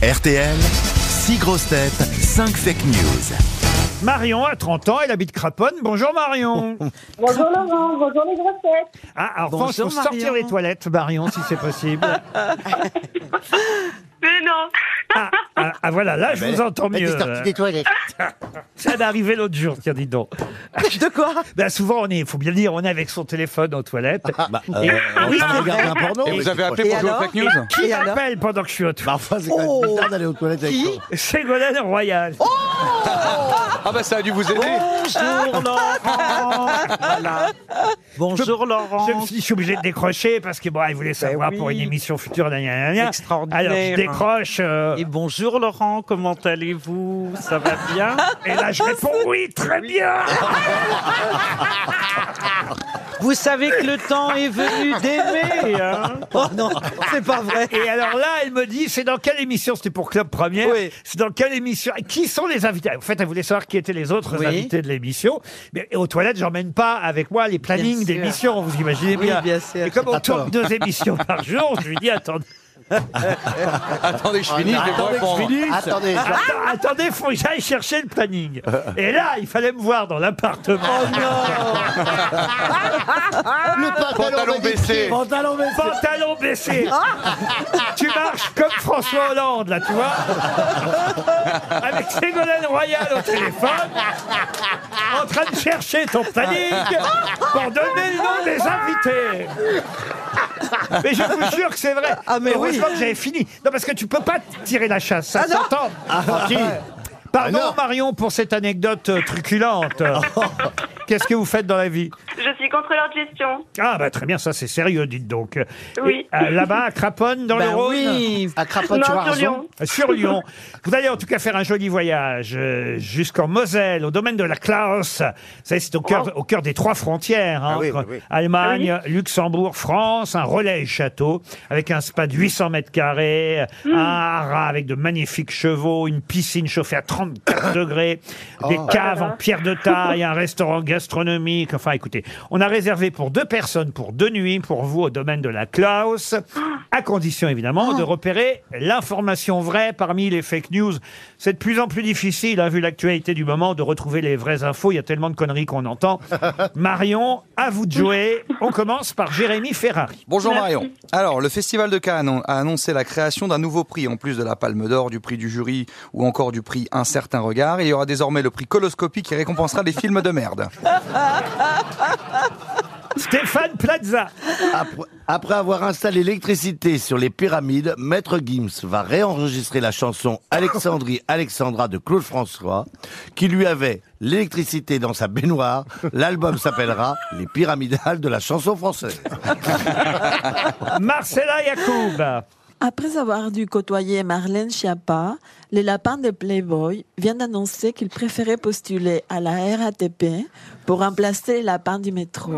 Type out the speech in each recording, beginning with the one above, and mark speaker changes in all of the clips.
Speaker 1: RTL, 6 grosses têtes, 5 fake news.
Speaker 2: Marion a 30 ans, elle habite Craponne. Bonjour Marion.
Speaker 3: Oh.
Speaker 4: Bonjour Laurent, bonjour les grosses têtes.
Speaker 2: Ah, alors, pense
Speaker 3: Bonjour,
Speaker 2: faut sortir
Speaker 3: Marion.
Speaker 2: les toilettes, Marion, si c'est possible.
Speaker 4: Mais non,
Speaker 2: Ah, ah, ah, voilà, là, je vous entends mieux. Ça m'est arrivé l'autre jour, tiens, dis donc.
Speaker 3: De quoi
Speaker 2: Ben, souvent, on est, faut bien le dire, on est avec son téléphone aux toilettes.
Speaker 3: Ah,
Speaker 5: Euh, en
Speaker 2: Oui,
Speaker 5: train de
Speaker 2: c'est
Speaker 5: regarder un porno.
Speaker 6: Et vous avez appelé
Speaker 3: Et
Speaker 6: pour jouer au
Speaker 3: alors
Speaker 6: fake news
Speaker 2: Qui
Speaker 3: Et alors
Speaker 2: m'appelle pendant que je suis aux toilettes
Speaker 5: Bah, enfin, c'est quand même
Speaker 3: Oh.
Speaker 5: bizarre d'aller aux toilettes avec
Speaker 3: Ah, Qui
Speaker 5: toi.
Speaker 2: Ségolène Royal.
Speaker 3: Oh
Speaker 6: Ah bah ça a dû vous aider
Speaker 3: Bonjour Laurent Bonjour Laurent
Speaker 2: Je me suis- je suis obligé de décrocher parce que bon, elle voulait savoir
Speaker 3: Ben oui.
Speaker 2: pour une émission future. gna, gna, gna, gna.
Speaker 3: Extraordinaire.
Speaker 2: Alors je décroche euh,
Speaker 3: Et bonjour Laurent, comment allez-vous Ça va bien
Speaker 2: et là je réponds oui, très bien.
Speaker 3: Vous savez que le temps est venu d'aimer hein Oh non, c'est pas vrai
Speaker 2: Et alors là, elle me dit, c'est dans quelle émission C'était pour Club Première.
Speaker 3: Oui.
Speaker 2: C'est dans quelle émission Et Qui sont les invités En fait, elle voulait savoir qui étaient les autres
Speaker 3: Oui.
Speaker 2: invités de l'émission. Mais aux toilettes, j'emmène pas avec moi les plannings
Speaker 3: sûr.
Speaker 2: d'émissions. Vous imaginez
Speaker 3: Oui,
Speaker 2: bien.
Speaker 3: bien sûr.
Speaker 2: Et comme on
Speaker 5: Attends.
Speaker 2: tourne deux émissions par jour, je lui dis, attendez,
Speaker 6: Ah, Attendez, je finis, je vais vous
Speaker 5: Attendez que je
Speaker 6: répondre.
Speaker 5: finisse. Attendez, je-
Speaker 2: attends- attendez, faut que j'aille chercher le planning. Et là, il fallait me voir dans l'appartement.
Speaker 3: Oh
Speaker 6: Pantalon baissé
Speaker 5: Pantalon baissé.
Speaker 2: pantalon baissé.
Speaker 3: Ah.
Speaker 2: tu marches comme François Hollande, là, tu vois. Avec Ségolène Royal au téléphone, en train de chercher ton planning pour donner le nom des invités. Mais je vous jure que c'est vrai.
Speaker 3: Ah, mais oui.
Speaker 2: Heureusement que j'avais fini. Non, parce que tu peux pas tirer la chasse, ça
Speaker 3: Ah, non.
Speaker 2: s'entend. Pardon
Speaker 5: Ah, non.
Speaker 2: Marion pour cette anecdote euh, truculente. Qu'est-ce que vous faites dans la vie
Speaker 4: je suis contrôleur de gestion.
Speaker 2: ah bah très bien, ça c'est sérieux, dites donc.
Speaker 4: Oui.
Speaker 2: Et, euh, Là-bas, à Craponne, dans
Speaker 7: Bah
Speaker 2: le
Speaker 3: Ben
Speaker 2: Rhône
Speaker 3: oui
Speaker 5: À Craponne,
Speaker 4: non,
Speaker 5: tu as raison.
Speaker 4: sur Lyon.
Speaker 2: Ah, Sur Lyon. Vous allez en tout cas faire un joli voyage euh, jusqu'en Moselle, au domaine de la Klaus. Vous savez, c'est au cœur,
Speaker 4: Oh.
Speaker 2: au cœur des trois frontières. hein,
Speaker 5: Ah oui,
Speaker 2: entre
Speaker 5: oui, oui.
Speaker 2: Allemagne,
Speaker 4: Ah
Speaker 2: Luxembourg, France, un relais et château, avec un spa de 800 mètres carrés,
Speaker 4: Hmm.
Speaker 2: un haras avec de magnifiques chevaux, une piscine chauffée à 34 degrés,
Speaker 5: Oh.
Speaker 2: des caves en pierre de taille, un restaurant gastronomique. Enfin, écoutez, on a réservé pour deux personnes, pour deux nuits, pour vous, au domaine de la Klaus,
Speaker 4: Oh.
Speaker 2: à condition, évidemment, de repérer l'information vraie parmi les fake news. C'est de plus en plus difficile, hein, vu l'actualité du moment, de retrouver les vraies infos. Il y a tellement de conneries qu'on entend. Marion, à vous de jouer. On commence par Jérémy Ferrari.
Speaker 6: Bonjour Marion. Alors, le Festival de Cannes a annoncé la création d'un nouveau prix, en plus de la Palme d'Or, du prix du jury ou encore du prix Un certain regard. Il y aura désormais le prix Coloscopie qui récompensera les films de merde.
Speaker 2: Stéphane Plaza.
Speaker 5: Après, après avoir installé l'électricité sur les pyramides, Maître Gims va réenregistrer la chanson Alexandrie Alexandra de Claude François, qui lui avait l'électricité dans sa baignoire. L'album s'appellera Les pyramidales de la chanson française.
Speaker 2: Marcella Yacoub.
Speaker 8: Après avoir dû côtoyer Marlène Schiappa, le lapin de Playboy vient d'annoncer qu'il préférait postuler à la RATP pour remplacer les lapins du métro.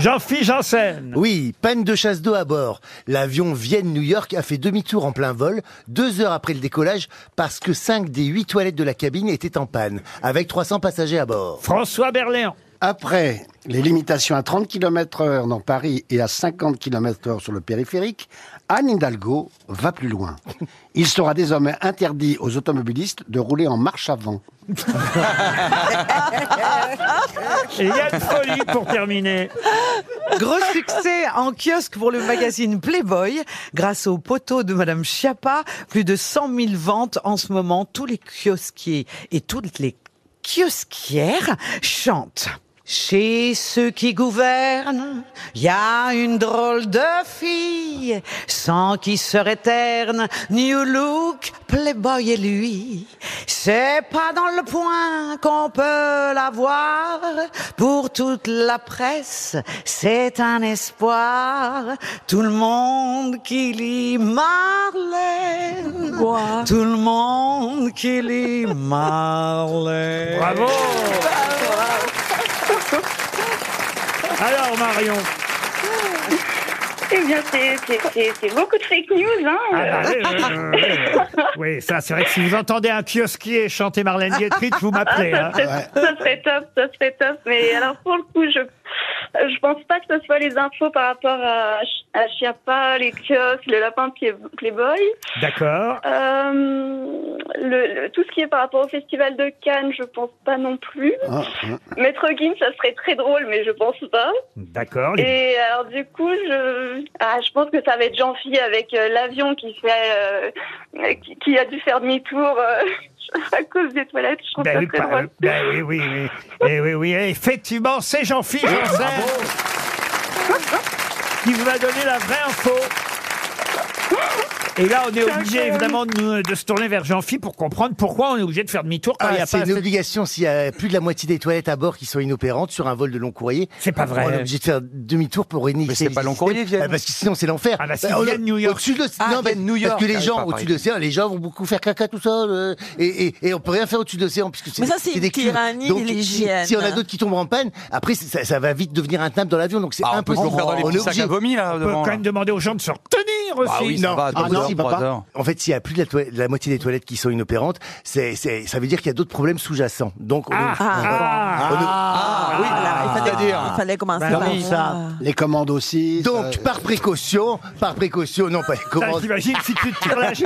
Speaker 2: Jean-Philippe Janssen.
Speaker 9: Oui, panne de chasse d'eau à bord. L'avion Vienne-New York a fait demi-tour en plein vol, deux heures après le décollage, parce que cinq des huit toilettes de la cabine étaient en panne, avec 300 passagers à bord.
Speaker 2: François Berléand.
Speaker 10: Après les limitations à 30 km heure dans Paris et à 50 km heure sur le périphérique, Anne Hidalgo va plus loin. Il sera désormais interdit aux automobilistes de rouler en marche avant.
Speaker 2: Et Yann Folie pour terminer.
Speaker 7: Gros succès en kiosque pour le magazine Playboy. Grâce au poteau de Madame Schiappa, plus de 100 000 ventes en ce moment. Tous les kiosquiers et toutes les kiosquières chantent. Chez ceux qui gouvernent, il y a une drôle de fille, sans qui serait terne, New Look, Playboy et lui. C'est pas dans le point qu'on peut la voir, pour toute la presse, c'est un espoir, tout le monde qui lit Marlène,
Speaker 8: Quoi
Speaker 7: tout le monde qui lit Marlène.
Speaker 2: Bravo. Alors Marion.
Speaker 4: Eh bien, c'est- c'est c'est- c'est beaucoup de fake news, hein.
Speaker 2: Ah, bah, euh, euh, oui, ça c'est vrai que si vous entendez un kiosquier chanter Marlène Dietrich, vous m'appelez. hein.
Speaker 4: Ça serait top, ça serait top. Mais alors, pour le coup, je, Euh, Je pense pas que ce soit les infos par rapport à, Ch- à Chiappa, les kiosques, le lapin de Play- Playboy.
Speaker 2: D'accord.
Speaker 4: Euh, le, le- tout ce qui est par rapport au festival de Cannes, je pense pas non plus.
Speaker 5: Ah,
Speaker 4: Maître Gim, ça serait très drôle, mais je pense pas.
Speaker 2: D'accord. les-
Speaker 4: Et alors du coup, je, ah, je pense que ça va être Jean-Phi avec euh, l'avion qui fait, euh, qui, qui a dû faire demi-tour euh, à cause des toilettes. Je trouve
Speaker 2: Ben
Speaker 4: ça
Speaker 2: oui,
Speaker 4: très
Speaker 2: par-
Speaker 4: drôle.
Speaker 2: ben oui, oui, oui. Eh oui, oui, eh, effectivement, c'est Jean-Philippe Janssen qui vous a donné la vraie info. Et là, on est obligé évidemment de, nous- de se tourner vers Jean-Philippe pour comprendre pourquoi on est obligé de faire demi-tour quand il n'y
Speaker 9: Ah,
Speaker 2: a
Speaker 9: c'est
Speaker 2: pas
Speaker 9: une
Speaker 2: assez de-
Speaker 9: obligation s'il y a plus de la moitié des toilettes à bord qui sont inopérantes sur un vol de long courrier.
Speaker 2: C'est pas vrai.
Speaker 9: On est obligé de faire demi-tour pour réinitier.
Speaker 6: c'est
Speaker 9: le
Speaker 6: pas long
Speaker 9: système.
Speaker 6: courrier, Vienne.
Speaker 9: Ah, Parce que sinon c'est l'enfer.
Speaker 2: Ah, bah, si,
Speaker 9: on-
Speaker 2: Vienne, New York.
Speaker 9: Au-dessus de
Speaker 6: Ah,
Speaker 9: non, mais-
Speaker 6: Vienne, New
Speaker 9: Parce
Speaker 6: York.
Speaker 9: que les
Speaker 6: Ah, oui,
Speaker 9: gens
Speaker 6: pas
Speaker 9: au-dessus de
Speaker 6: pareil.
Speaker 9: l'océan, les gens vont beaucoup faire caca tout seul euh, et, et, et on peut rien faire au-dessus de l'océan puisque c'est
Speaker 8: Mais ça, c'est
Speaker 9: c'est
Speaker 8: une
Speaker 9: des cuves.
Speaker 8: tyrannie
Speaker 9: Donc,
Speaker 8: de
Speaker 9: si,
Speaker 8: l'hygiène.
Speaker 9: si on a d'autres qui tombent en panne, après c'est- ça, ça va vite devenir intenable dans l'avion. Donc c'est
Speaker 6: Ah, on peut se
Speaker 9: impossible.
Speaker 6: faire dans les
Speaker 9: On est
Speaker 6: petits sacs
Speaker 9: obligé.
Speaker 6: à vomi, là,
Speaker 2: On peut
Speaker 6: devant.
Speaker 2: quand
Speaker 6: là.
Speaker 2: même demander aux gens de se retenir aussi.
Speaker 6: Ah oui, ça
Speaker 9: non.
Speaker 6: va, deux
Speaker 9: Ah, non,
Speaker 6: heures,
Speaker 9: si,
Speaker 6: trois
Speaker 9: papa.
Speaker 6: heures.
Speaker 9: En fait, s'il y a plus de la, toi- de la moitié des toilettes qui sont inopérantes, c'est, c'est- ça veut dire qu'il y a d'autres problèmes sous-jacents. Donc, on est-
Speaker 2: Ah, ah,
Speaker 9: on est-
Speaker 6: Ah, oui,
Speaker 8: il, fallait,
Speaker 6: c'est-à-dire.
Speaker 8: il fallait commencer
Speaker 9: Bah
Speaker 8: par
Speaker 9: oui,
Speaker 8: ça.
Speaker 10: Les commandes aussi. ça-
Speaker 9: donc par précaution, par précaution, non pas les
Speaker 2: Putain,
Speaker 9: commandes.
Speaker 2: T'imagines si tu tires la... tu,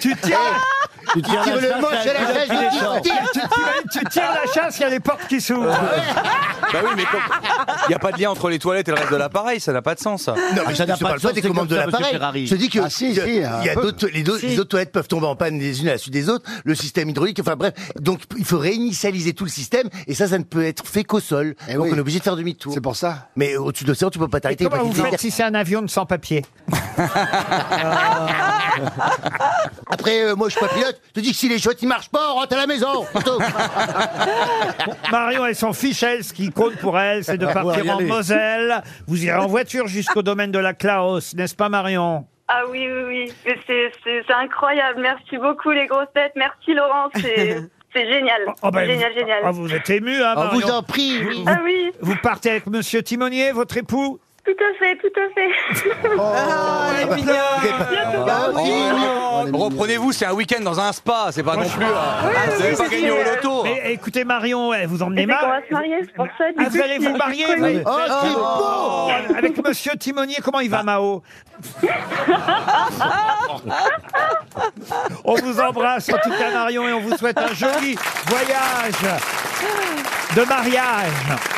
Speaker 2: tu tires...
Speaker 9: Tu tires le manche à Eh, la chaise, tu tires.
Speaker 2: tu- t'imagines, tu tires la chasse, il y a les portes qui s'ouvrent.
Speaker 9: Euh,
Speaker 6: Bah oui, mais il n'y a pas de lien entre les toilettes et le reste de l'appareil, ça n'a pas de sens. ça.
Speaker 9: Non, mais je
Speaker 5: ça n'a
Speaker 9: ne
Speaker 5: pas
Speaker 9: parle
Speaker 5: de
Speaker 9: pas
Speaker 5: sens,
Speaker 9: des
Speaker 5: c'est
Speaker 9: commandes de
Speaker 5: comme ça, monsieur
Speaker 9: l'appareil.
Speaker 5: Ferrari.
Speaker 9: Je dis que
Speaker 10: Ah, si,
Speaker 9: que
Speaker 10: si, un
Speaker 9: il y a
Speaker 10: peu.
Speaker 9: d'autres, les, deux-
Speaker 7: Si.
Speaker 9: les autres toilettes peuvent tomber en panne les unes à la suite des autres, le système hydraulique, enfin bref. Donc il faut réinitialiser tout le système et ça, ça ne peut être fait qu'au sol.
Speaker 10: Eh
Speaker 9: donc
Speaker 10: oui.
Speaker 9: on est obligé de faire demi-tour.
Speaker 10: C'est pour ça.
Speaker 9: Mais au-dessus de l'océan, tu peux pas
Speaker 2: Et
Speaker 9: t'arrêter.
Speaker 2: comment
Speaker 9: parce
Speaker 2: vous
Speaker 9: qu'il y a-
Speaker 2: faites si c'est un avion de sans-papier
Speaker 9: Après, euh, moi, je suis pas pilote. Je te dis que si les chiottes, ils marchent pas, on rentre à la maison. Plutôt.
Speaker 2: Marion, elle s'en fiche, elle, ce qui compte pour elle, c'est de
Speaker 9: Ah,
Speaker 2: partir en Moselle. Vous irez en voiture jusqu'au domaine de la Klaus, n'est-ce pas, Marion
Speaker 4: Ah oui, oui, oui. Mais c'est- C'est c'est incroyable. Merci beaucoup, les grosses têtes. Merci, Laurent. C'est c'est génial.
Speaker 2: Oh, ben,
Speaker 4: génial,
Speaker 2: vous,
Speaker 4: génial.
Speaker 2: ah, vous êtes ému, hein,
Speaker 9: On
Speaker 2: Marion
Speaker 9: vous en prie. oui.
Speaker 4: Ah oui,
Speaker 2: Vous partez avec Monsieur Timonier, votre époux
Speaker 4: tout à fait, tout à fait.
Speaker 6: Bah
Speaker 9: Ah oui.
Speaker 6: Oh, Reprenez-vous, c'est un week-end dans un spa, c'est pas non plus. euh, Vous n'avez
Speaker 4: oui,
Speaker 6: pas
Speaker 4: oui,
Speaker 6: gagné au
Speaker 4: oui.
Speaker 6: loto.
Speaker 2: Mais écoutez, Marion, elle vous emmenez
Speaker 4: Et dès qu'on
Speaker 2: mal.
Speaker 4: va se marier, c'est pour ça. du
Speaker 2: Ah, vous
Speaker 4: coup,
Speaker 2: allez
Speaker 4: je-
Speaker 2: vous
Speaker 4: je
Speaker 2: marier
Speaker 4: connais.
Speaker 2: vous-
Speaker 9: Oh, c'est beau
Speaker 2: Oh, Avec Monsieur Timonier, comment il va, Mao On vous embrasse, en tout cas, Marion, et on vous souhaite un joli voyage de mariage.